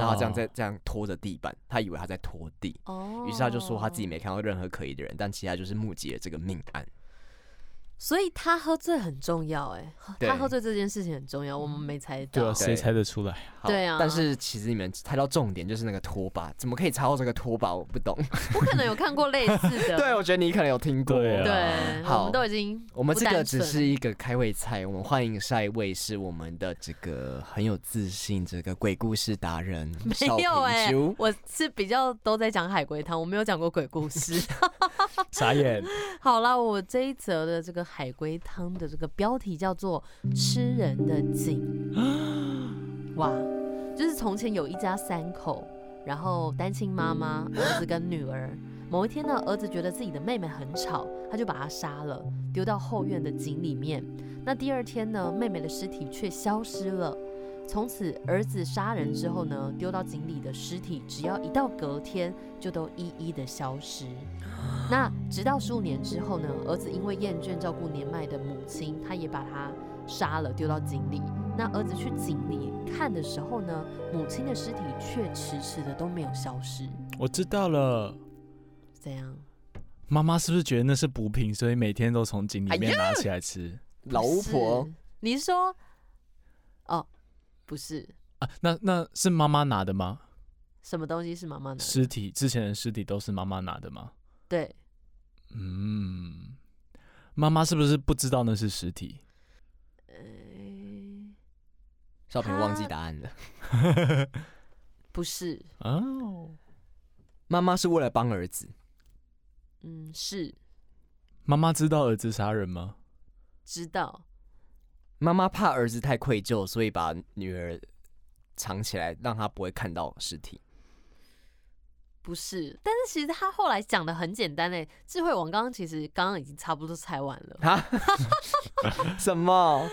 [SPEAKER 3] 啊然后这样在这样拖着地板，他以为他在拖地，
[SPEAKER 1] 哦，
[SPEAKER 3] 于是他就说他自己没看到任何可疑的人，但其实他就是目击了这个命案。
[SPEAKER 1] 所以他喝醉很重要、哎，
[SPEAKER 3] 对嗯
[SPEAKER 1] 他喝醉这件事情很重要，我们没猜
[SPEAKER 5] 对
[SPEAKER 1] 到
[SPEAKER 5] 啊，。谁猜得出来？
[SPEAKER 3] 好
[SPEAKER 1] 对啊
[SPEAKER 3] 但是其实你们猜到重点就是那个拖把，怎么可以猜到这个拖把？我不懂。
[SPEAKER 1] 我可能有看过类似的。
[SPEAKER 3] 对，我觉得你可能有听过。
[SPEAKER 5] 对啊
[SPEAKER 1] 对，我
[SPEAKER 3] 好
[SPEAKER 1] 们都已经
[SPEAKER 3] 我们这
[SPEAKER 1] 不
[SPEAKER 3] 个
[SPEAKER 1] 单
[SPEAKER 3] 只
[SPEAKER 1] 纯
[SPEAKER 3] 是一个开胃菜，我们欢迎下一位是我们的这个很有自信这个鬼故事达人
[SPEAKER 1] 没
[SPEAKER 3] 邵
[SPEAKER 1] 有哎、
[SPEAKER 3] 平珠
[SPEAKER 1] 我是比较都在讲海龟汤，我没有讲过鬼故事。
[SPEAKER 5] 傻 眼，
[SPEAKER 1] 好啦，我这一则的这个海龟汤的这个标题叫做《吃人的井》。哇，就是从前有一家三口，然后单亲妈妈、儿子跟女儿。某一天呢，儿子觉得自己的妹妹很吵，他就把她杀了，丢到后院的井里面。那第二天呢，妹妹的尸体却消失了。从此，儿子杀人之后呢，丢到井里的尸体，只要一到隔天，就都一一的消失。那直到十五年之后呢，儿子因为厌倦照顾年迈的母亲，他也把她杀了，丢到井里。那儿子去井里看的时候呢，母亲的尸体却迟迟的都没有消失。
[SPEAKER 5] 我知道了。
[SPEAKER 1] 怎样？
[SPEAKER 5] 妈妈是不是觉得那是补品，所以每天都从井里
[SPEAKER 3] 哎
[SPEAKER 5] 面拿起来吃、
[SPEAKER 3] 老巫婆
[SPEAKER 1] 不是，你是说？哦，不是，
[SPEAKER 5] 啊？那那是妈妈拿的吗？
[SPEAKER 1] 什么东西是妈妈拿的？
[SPEAKER 5] 尸体之前的尸体都是妈妈拿的吗？
[SPEAKER 1] 对，
[SPEAKER 5] 嗯，妈妈是不是不知道那是尸体？
[SPEAKER 1] 呃，
[SPEAKER 3] 少平忘记答案了。
[SPEAKER 1] 不是，
[SPEAKER 5] 哦，
[SPEAKER 3] 妈妈是为了帮儿子，
[SPEAKER 1] 嗯，是
[SPEAKER 5] 妈妈知道儿子杀人吗？
[SPEAKER 1] 知道，
[SPEAKER 3] 妈妈怕儿子太愧疚，所以把女儿藏起来，让他不会看到尸体。
[SPEAKER 1] 不是，但是其实他后来讲的很简单嘞。智慧网刚刚其实刚刚已经差不多猜完了
[SPEAKER 3] 哈，什么？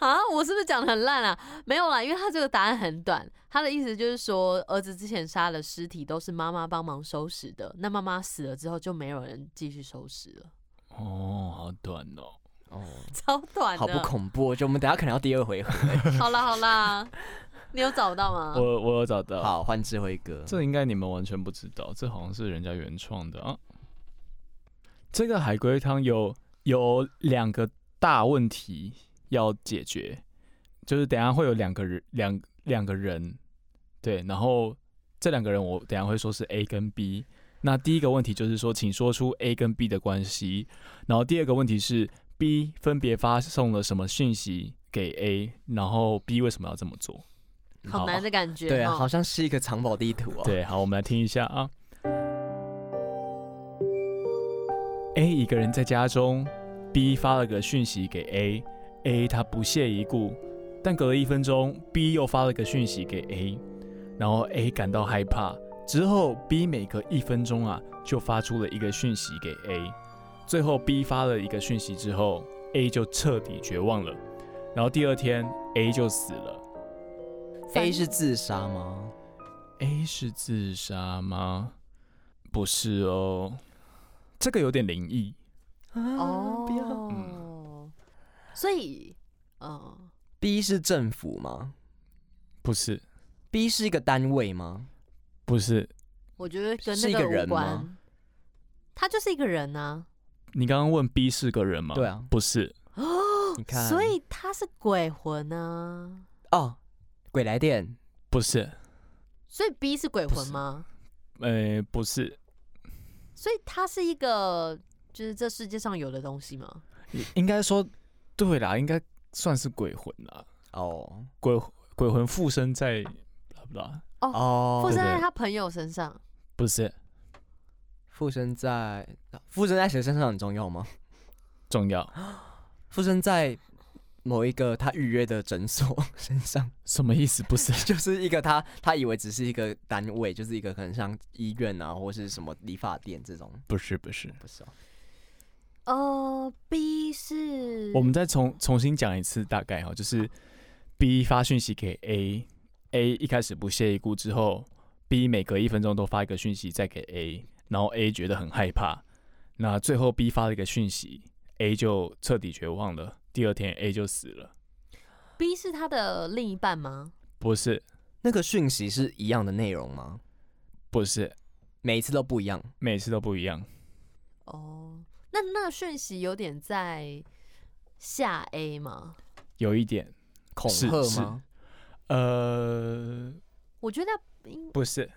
[SPEAKER 1] 啊，我是不是讲的很烂啊？没有啦，因为他这个答案很短，他的意思就是说，儿子之前杀的尸体都是妈妈帮忙收拾的，那妈妈死了之后就没有人继续收拾了，
[SPEAKER 5] 哦，好短哦。
[SPEAKER 3] 哦，
[SPEAKER 1] 超短的。
[SPEAKER 3] 好不恐怖哦！就我们等一下可能要第二回合。
[SPEAKER 1] 好啦好啦，你有找到吗？
[SPEAKER 5] 我我有找到，
[SPEAKER 3] 好，换智慧哥。
[SPEAKER 5] 这应该你们完全不知道，这好像是人家原创的啊。这个海龟汤有有两个大问题要解决，就是等一下会有两个人两两个人，对，然后这两个人我等一下会说是 A 跟 B。那第一个问题就是说，请说出 A 跟 B 的关系，然后第二个问题是 B 分别发送了什么讯息给 A，然后 B 为什么要这么做？
[SPEAKER 1] 好难的感觉哦。
[SPEAKER 3] 对啊，好像是一个藏宝地图哦。
[SPEAKER 5] 对，好，我们来听一下啊。A 一个人在家中，B 发了个讯息给 A，A 他不屑一顾，但隔了一分钟，B 又发了个讯息给 A，然后 A 感到害怕。之后，B 每隔一分钟啊，就发出了一个讯息给 A。最后，B 发了一个讯息之后，A 就彻底绝望了。然后第二天，A 就死了。
[SPEAKER 3] A 是自杀吗？
[SPEAKER 5] A 是自杀吗？不是哦，这个有点灵异。
[SPEAKER 1] 哦，
[SPEAKER 3] 啊不要。嗯
[SPEAKER 1] 所以，嗯。
[SPEAKER 3] B 是政府吗
[SPEAKER 5] 不是，
[SPEAKER 3] ？B 是一个单位吗？
[SPEAKER 5] 不是，
[SPEAKER 1] 我觉得跟
[SPEAKER 3] 是
[SPEAKER 1] 那
[SPEAKER 3] 一
[SPEAKER 1] 个
[SPEAKER 3] 个
[SPEAKER 1] 无
[SPEAKER 3] 人吗
[SPEAKER 1] 关。他就是一个人啊，
[SPEAKER 5] 你刚刚问 B 是个人吗？
[SPEAKER 3] 对，啊，
[SPEAKER 5] 不是，
[SPEAKER 3] 你看，
[SPEAKER 1] 哦所以他是鬼魂啊。
[SPEAKER 3] 哦，鬼来电
[SPEAKER 5] 不是，
[SPEAKER 1] 所以 B 是鬼
[SPEAKER 5] 不
[SPEAKER 1] 魂
[SPEAKER 5] 是
[SPEAKER 1] 吗？
[SPEAKER 5] 呃，不是，
[SPEAKER 1] 所以他是一个，就是这世界上有的东西吗？
[SPEAKER 5] 应该说对啦，应该算是鬼魂啦，
[SPEAKER 3] 哦
[SPEAKER 5] 鬼鬼魂附身在，不啦，
[SPEAKER 3] 哦，
[SPEAKER 1] 附身
[SPEAKER 5] 对
[SPEAKER 1] 在
[SPEAKER 5] 对
[SPEAKER 1] 他朋友身上，
[SPEAKER 5] 不是
[SPEAKER 3] 附身在附身在谁身上很重要吗？
[SPEAKER 5] 重要，
[SPEAKER 3] 附身在某一个他预约的诊所身上，
[SPEAKER 5] 什么意思？不是
[SPEAKER 3] 就是一个他他以为只是一个单位，就是一个可能像医院啊，或是什么理发店这种，
[SPEAKER 5] 不是不是，
[SPEAKER 3] 不是、哦。
[SPEAKER 1] 呃，B
[SPEAKER 3] 嗯
[SPEAKER 1] 是
[SPEAKER 5] 我们再重重新讲一次大概哈，就是 B 发讯息给 A，A 一开始不屑一顾之后，B 每隔一分钟都发一个讯息再给 A，然后 A 觉得很害怕，那最后 B 发了一个讯息，A 就彻底绝望了，第二天 A 就死了，
[SPEAKER 1] B 是他的另一半吗？
[SPEAKER 5] 不是
[SPEAKER 3] 那个讯息是一样的内容吗？
[SPEAKER 5] 不是，
[SPEAKER 3] 每一次都不一样，
[SPEAKER 5] 每次都不一样，
[SPEAKER 1] 哦，那那个讯息有点在下 A 吗？
[SPEAKER 5] 有一点，
[SPEAKER 3] 恐
[SPEAKER 5] 是
[SPEAKER 3] 吓
[SPEAKER 5] 是
[SPEAKER 3] 吗？
[SPEAKER 5] 呃，
[SPEAKER 1] 我觉得应
[SPEAKER 5] 不是，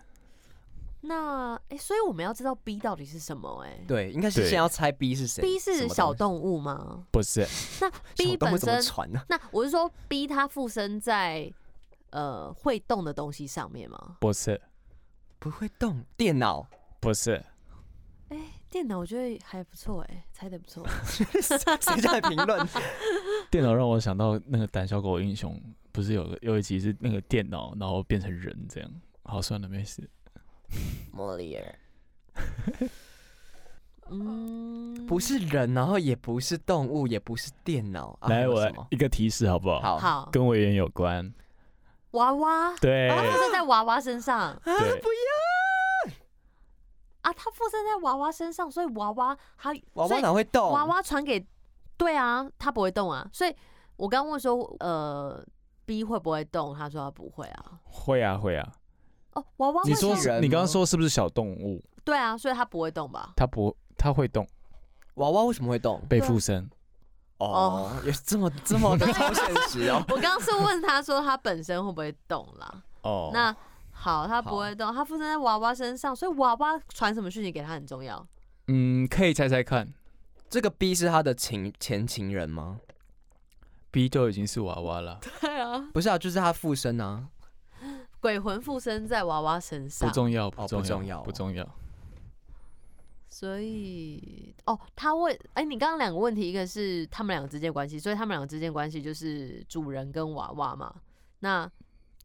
[SPEAKER 1] 那哎、所以我们要知道 B 到底是什么哎、
[SPEAKER 3] 对，应该是
[SPEAKER 5] 对
[SPEAKER 3] 先要猜 B 是谁。
[SPEAKER 1] B
[SPEAKER 3] 什
[SPEAKER 1] 是
[SPEAKER 3] 么
[SPEAKER 1] 小
[SPEAKER 3] 东西
[SPEAKER 1] 动物吗？
[SPEAKER 5] 不是，
[SPEAKER 1] 那 B
[SPEAKER 3] 小动物
[SPEAKER 1] 本
[SPEAKER 3] 怎
[SPEAKER 1] 身，
[SPEAKER 3] 么传呢、
[SPEAKER 1] 那我是说 B 它附身在呃会动的东西上面吗？
[SPEAKER 5] 不是，
[SPEAKER 3] 不会动，电 脑
[SPEAKER 5] 不是，
[SPEAKER 1] 哎、电脑我觉得还不错哎、猜的不错。
[SPEAKER 3] 谁在评论？
[SPEAKER 5] 电脑让我想到那个胆小狗英雄，不是有个有一集是那个电脑，然后变成人这样。好，算了，没事。
[SPEAKER 3] 莫里尔
[SPEAKER 1] 嗯，
[SPEAKER 3] 不是人，然后也不是动物，也不是电脑。啊、还
[SPEAKER 5] 来，
[SPEAKER 3] 有
[SPEAKER 5] 我
[SPEAKER 3] 什
[SPEAKER 5] 来
[SPEAKER 3] 么
[SPEAKER 5] 一个提示好不好？，
[SPEAKER 3] 好
[SPEAKER 1] 好
[SPEAKER 5] 跟委员有关。
[SPEAKER 1] 娃娃，
[SPEAKER 5] 对、
[SPEAKER 3] 啊
[SPEAKER 1] 它附身在娃娃身上
[SPEAKER 5] 对，
[SPEAKER 1] 啊，它附身在娃娃身上，所以娃娃它
[SPEAKER 3] 娃
[SPEAKER 1] 所
[SPEAKER 3] 娃
[SPEAKER 1] 以
[SPEAKER 3] 哪会动？
[SPEAKER 1] 娃娃传给，对啊，它不会动啊，所以我刚问说呃 B 会不会动，他说他不会啊。
[SPEAKER 5] 会啊会啊。
[SPEAKER 1] 哦，娃娃会
[SPEAKER 5] 你说
[SPEAKER 1] 动
[SPEAKER 3] 是人
[SPEAKER 5] 是你刚刚
[SPEAKER 3] 吗
[SPEAKER 5] 说是不是小动物？
[SPEAKER 1] 对啊，所以它不会动吧？
[SPEAKER 5] 它不，它会动，
[SPEAKER 3] 娃娃为什么会动？
[SPEAKER 5] 被
[SPEAKER 1] 对啊
[SPEAKER 5] 附身。
[SPEAKER 3] 哦，也这么这么的超现实哦。
[SPEAKER 1] 我刚刚是问他说他本身会不会动啦？
[SPEAKER 5] 哦，
[SPEAKER 1] 那好，他不
[SPEAKER 3] 好
[SPEAKER 1] 会动，他附身在娃娃身上，所以娃娃传什么讯息给他很重要。
[SPEAKER 5] 嗯，可以猜猜看。
[SPEAKER 3] 这个 B 是他的情前情人吗？
[SPEAKER 5] B 就已经是娃娃了，
[SPEAKER 1] 对啊，
[SPEAKER 3] 不是啊，就是他附身啊。
[SPEAKER 1] 鬼魂附身在娃娃身
[SPEAKER 5] 不
[SPEAKER 1] 上，
[SPEAKER 5] 重要，
[SPEAKER 3] 哦
[SPEAKER 5] 重
[SPEAKER 3] 不重要哦
[SPEAKER 5] 不重要。
[SPEAKER 1] 所以哦，他问，哎、你刚刚两个问题，一个是他们两个之间的关系，所以他们两个之间的关系就是主人跟娃娃嘛。那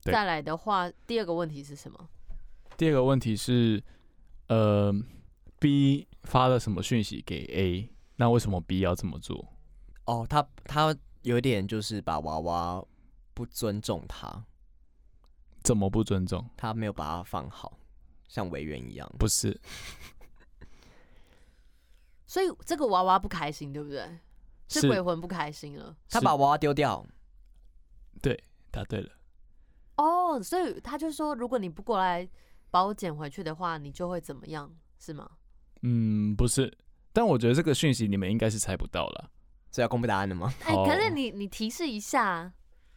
[SPEAKER 5] 对
[SPEAKER 1] 再来的话，第二个问题是什么？
[SPEAKER 5] 第二个问题是，呃，B 发了什么讯息给 A？那为什么 B 要这么做？
[SPEAKER 3] 哦，他他有点就是把娃娃不尊重他，
[SPEAKER 5] 怎么不尊重？
[SPEAKER 3] 他没有把他放好，像委员一样。
[SPEAKER 5] 不是，
[SPEAKER 1] 所以这个娃娃不开心，对不对？是
[SPEAKER 5] 是
[SPEAKER 1] 鬼魂不开心了。
[SPEAKER 3] 他
[SPEAKER 5] 是
[SPEAKER 3] 把娃娃丢掉，
[SPEAKER 5] 答对了，
[SPEAKER 1] 哦，所以他就说，如果你不过来把我捡回去的话，你就会怎么样，是吗？
[SPEAKER 5] 嗯，不是，但我觉得这个讯息你们应该是猜不到了。
[SPEAKER 3] 所以要公布答案 了吗？
[SPEAKER 1] 哎、可是
[SPEAKER 5] 哦
[SPEAKER 1] 你你提示一下，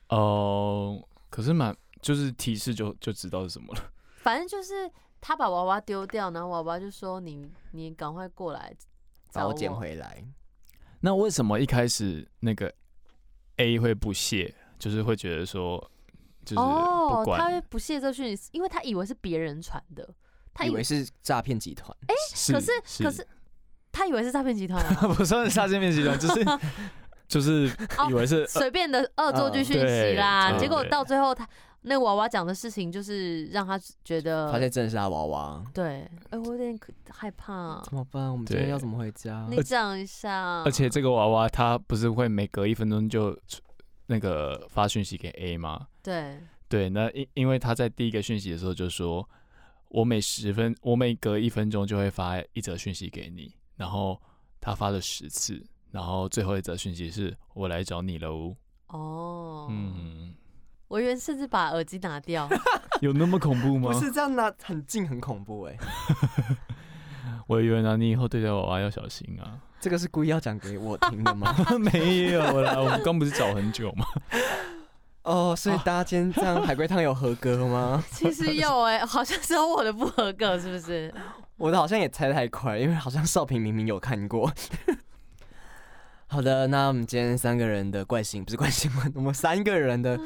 [SPEAKER 5] 哦、可是蛮就是提示就就知道是什么了。
[SPEAKER 1] 反正就是他把娃娃丢掉，然后娃娃就说你你赶快过来
[SPEAKER 3] 把
[SPEAKER 1] 找
[SPEAKER 3] 我捡回来。
[SPEAKER 5] 那为什么一开始那个 A 会不屑，就是会觉得说，就是不
[SPEAKER 1] 哦，他
[SPEAKER 5] 管、
[SPEAKER 1] 会不屑这讯息，因为他以为是别人传的，他
[SPEAKER 3] 以为是诈骗集团，哎，
[SPEAKER 5] 是
[SPEAKER 1] 可是
[SPEAKER 5] 是，
[SPEAKER 1] 可是他以为是诈骗集团、啊
[SPEAKER 5] 哎不算是杀见面集 团，就是就是
[SPEAKER 1] 哦
[SPEAKER 5] 以为是、呃
[SPEAKER 1] 随便的恶作剧
[SPEAKER 3] 嗯
[SPEAKER 1] 讯息
[SPEAKER 5] 对
[SPEAKER 1] 啦。
[SPEAKER 5] 嗯
[SPEAKER 1] 结果
[SPEAKER 5] 对
[SPEAKER 1] 到最后他那个娃娃讲的事情，就是让他觉得
[SPEAKER 3] 发现真的是他娃娃。
[SPEAKER 1] 对，哎、我有点可害怕、
[SPEAKER 3] 怎么办？我们今天
[SPEAKER 5] 对呃
[SPEAKER 3] 要怎么回家？
[SPEAKER 1] 你讲一下，
[SPEAKER 5] 而且这个娃娃他不是会每隔一分钟就那个发讯息给 A 吗？
[SPEAKER 1] 对，
[SPEAKER 5] 对，那因因为他在第一个讯息的时候就说，我每十分，我每隔一分钟就会发一则讯息给你，然后他发了十次，然后最后一则讯息是我来找你喽。
[SPEAKER 1] 哦，嗯，
[SPEAKER 5] 嗯，
[SPEAKER 1] 我原甚至把耳机拿掉，
[SPEAKER 5] 有那么恐怖吗
[SPEAKER 3] 不？是这样拿很近，很恐怖哎。
[SPEAKER 5] 我以为呢，你以后对待娃娃要小心啊。
[SPEAKER 3] 这个是故意要讲给我听的 吗？
[SPEAKER 5] 没有啦，我们刚不是找很久吗？
[SPEAKER 3] 哦，所以大家今天这样海龟汤有合格吗？
[SPEAKER 1] 其实有哎、好像只有我的不合格，是不是？
[SPEAKER 3] 我的好像也猜太快，因为好像少平明明有看过。 好的，那我们今天三个人的怪新不是怪新闻，我们三个人的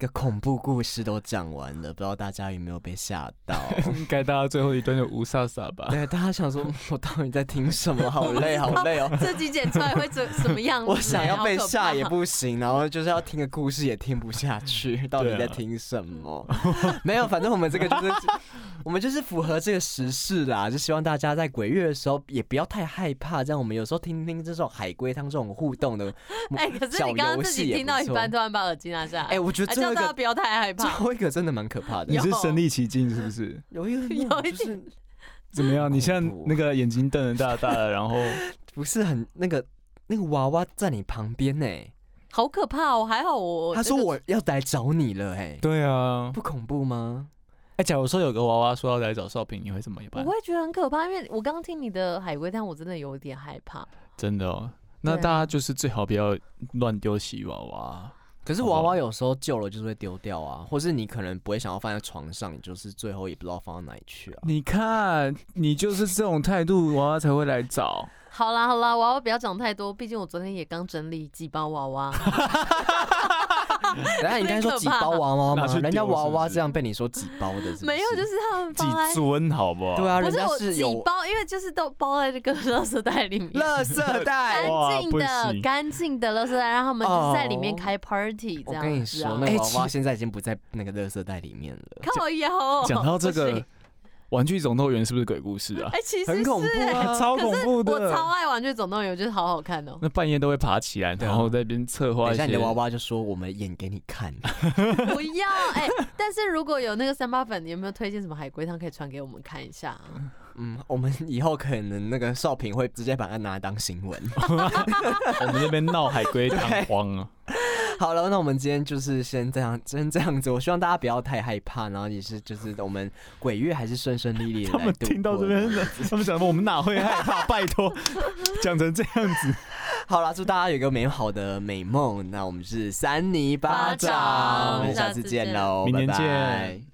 [SPEAKER 3] 个恐怖故事都讲完了，不知道大家有没有被吓到？
[SPEAKER 5] 应 该大家最后一段就无萨萨吧？
[SPEAKER 3] 对，大家想说我到底在听什么？好累，好累哦。
[SPEAKER 1] 这集剪出来会怎什么样子？
[SPEAKER 3] 我想要被吓
[SPEAKER 1] 嗯
[SPEAKER 3] 也
[SPEAKER 1] 好可怕
[SPEAKER 3] 不行，然后就是要听个故事也听不下去， 到底在听什么？ 没有，反正我们这个就是我们就是符合这个时事啦，就希望大家在鬼月的时候也不要太害怕，这样我们有时候听听这种海龟汤这种互 动的
[SPEAKER 1] 哎、可是
[SPEAKER 3] 小
[SPEAKER 1] 你刚刚
[SPEAKER 3] 游
[SPEAKER 1] 自
[SPEAKER 3] 戏
[SPEAKER 1] 己
[SPEAKER 3] 也
[SPEAKER 1] 听到
[SPEAKER 3] 不
[SPEAKER 1] 一
[SPEAKER 3] 错。
[SPEAKER 1] 半，突然把耳机拿下来，
[SPEAKER 3] 哎，我觉得
[SPEAKER 1] 还
[SPEAKER 3] 最后
[SPEAKER 1] 啊叫
[SPEAKER 3] 一
[SPEAKER 1] 大家
[SPEAKER 3] 个
[SPEAKER 1] 不要太害
[SPEAKER 3] 最
[SPEAKER 1] 怕。
[SPEAKER 3] 后一个真的蛮可怕的
[SPEAKER 5] 你，
[SPEAKER 1] 有
[SPEAKER 5] 是身临其境是不 是？
[SPEAKER 3] 有一个那
[SPEAKER 1] 有
[SPEAKER 3] 种
[SPEAKER 1] 一
[SPEAKER 3] 就是
[SPEAKER 5] 怎么样？你现
[SPEAKER 3] 恐
[SPEAKER 5] 在
[SPEAKER 3] 怖
[SPEAKER 5] 那个眼睛瞪得大大的，然后
[SPEAKER 3] 不是很那个那个娃娃在你旁边呢，
[SPEAKER 1] 好可怕哦！还好我
[SPEAKER 3] 他说
[SPEAKER 1] 这个
[SPEAKER 3] 我要来找你了，哎，
[SPEAKER 5] 对啊，
[SPEAKER 3] 不恐怖吗？
[SPEAKER 5] 哎、假如说有个娃娃说要来找少平，你会怎么办
[SPEAKER 1] 我？会觉得很可怕，因为我刚刚听你的海龟汤，我真的有点害怕。
[SPEAKER 5] 真的哦，那
[SPEAKER 1] 对啊
[SPEAKER 5] 大家就是最好不要乱丢洗娃娃。
[SPEAKER 3] 可是
[SPEAKER 5] 好不
[SPEAKER 3] 娃
[SPEAKER 5] 好
[SPEAKER 3] 娃有时候旧了就是会丢掉啊，或是你可能不会想要放在床上，你就是最后也不知道放到哪里去 啊。
[SPEAKER 5] 你看，你就是这种态度，娃娃才会来找。
[SPEAKER 1] 好啦好啦，娃娃不要讲太多，毕竟我昨天也刚整理几包娃娃。
[SPEAKER 3] 等下你刚才说几包娃娃吗
[SPEAKER 5] 拿去？丢
[SPEAKER 3] 人家娃
[SPEAKER 5] 是
[SPEAKER 3] 娃
[SPEAKER 5] 不是
[SPEAKER 3] 这样被你说几包 的是不是
[SPEAKER 1] 没有，就是他们
[SPEAKER 5] 几
[SPEAKER 1] 放在。
[SPEAKER 5] 尊好不好？
[SPEAKER 3] 对啊，
[SPEAKER 1] 不
[SPEAKER 3] 人
[SPEAKER 1] 是
[SPEAKER 3] 家
[SPEAKER 1] 我
[SPEAKER 3] 是
[SPEAKER 1] 几
[SPEAKER 3] 有
[SPEAKER 1] 包，因为就是都包在这个 垃圾袋里面，
[SPEAKER 3] 垃圾袋。
[SPEAKER 1] 干
[SPEAKER 5] 哇
[SPEAKER 1] 净
[SPEAKER 5] 不
[SPEAKER 1] 的
[SPEAKER 5] 行
[SPEAKER 1] 干净的垃圾袋，让他们就是在里面
[SPEAKER 3] 哦
[SPEAKER 1] 开 party 这
[SPEAKER 3] 我
[SPEAKER 1] 样
[SPEAKER 3] 跟你
[SPEAKER 1] 子啊
[SPEAKER 3] 说，那个
[SPEAKER 5] 哎
[SPEAKER 3] 娃娃
[SPEAKER 5] 其
[SPEAKER 3] 现在已经不在那个垃圾袋里面了，
[SPEAKER 1] 靠腰。哦
[SPEAKER 5] 讲到这
[SPEAKER 1] 不
[SPEAKER 5] 个
[SPEAKER 1] 行
[SPEAKER 5] 《玩具总动员》是不是鬼故事啊？
[SPEAKER 1] 哎，其实
[SPEAKER 3] 很恐
[SPEAKER 1] 是
[SPEAKER 3] 怖啊。
[SPEAKER 5] 超恐怖
[SPEAKER 1] 我超爱《玩具总动员》，我觉得好好看 哦。
[SPEAKER 5] 那半夜都会爬起来，
[SPEAKER 3] 对啊
[SPEAKER 5] 然后在那边策划
[SPEAKER 3] 等
[SPEAKER 5] 一
[SPEAKER 3] 一
[SPEAKER 5] 些
[SPEAKER 3] 下你的娃娃就说我们演给你看，
[SPEAKER 1] 不要哎、但是如果有那个三八粉，你有没有推荐什么海龟汤可以传给我们看一下啊？
[SPEAKER 3] 嗯，我们以后可能那个少平会直接把它拿当新闻。
[SPEAKER 5] 我们那边闹海 龟
[SPEAKER 3] 对
[SPEAKER 5] 汤荒啊。
[SPEAKER 3] 好了，那我们今天就是先这样，先这样子。我希望大家不要太害怕，然后也是就是我们鬼月还是顺顺利利的。
[SPEAKER 5] 他们听到这，边的，他们想说我们哪会害怕？拜托，讲成这样子，
[SPEAKER 3] 好了，祝大家有一个美好的美梦。那我们是三尼巴
[SPEAKER 1] 巴掌
[SPEAKER 3] 掌，我们下
[SPEAKER 1] 下
[SPEAKER 3] 次
[SPEAKER 1] 次见
[SPEAKER 3] 见喽，
[SPEAKER 5] 明年
[SPEAKER 3] 拜拜
[SPEAKER 5] 见。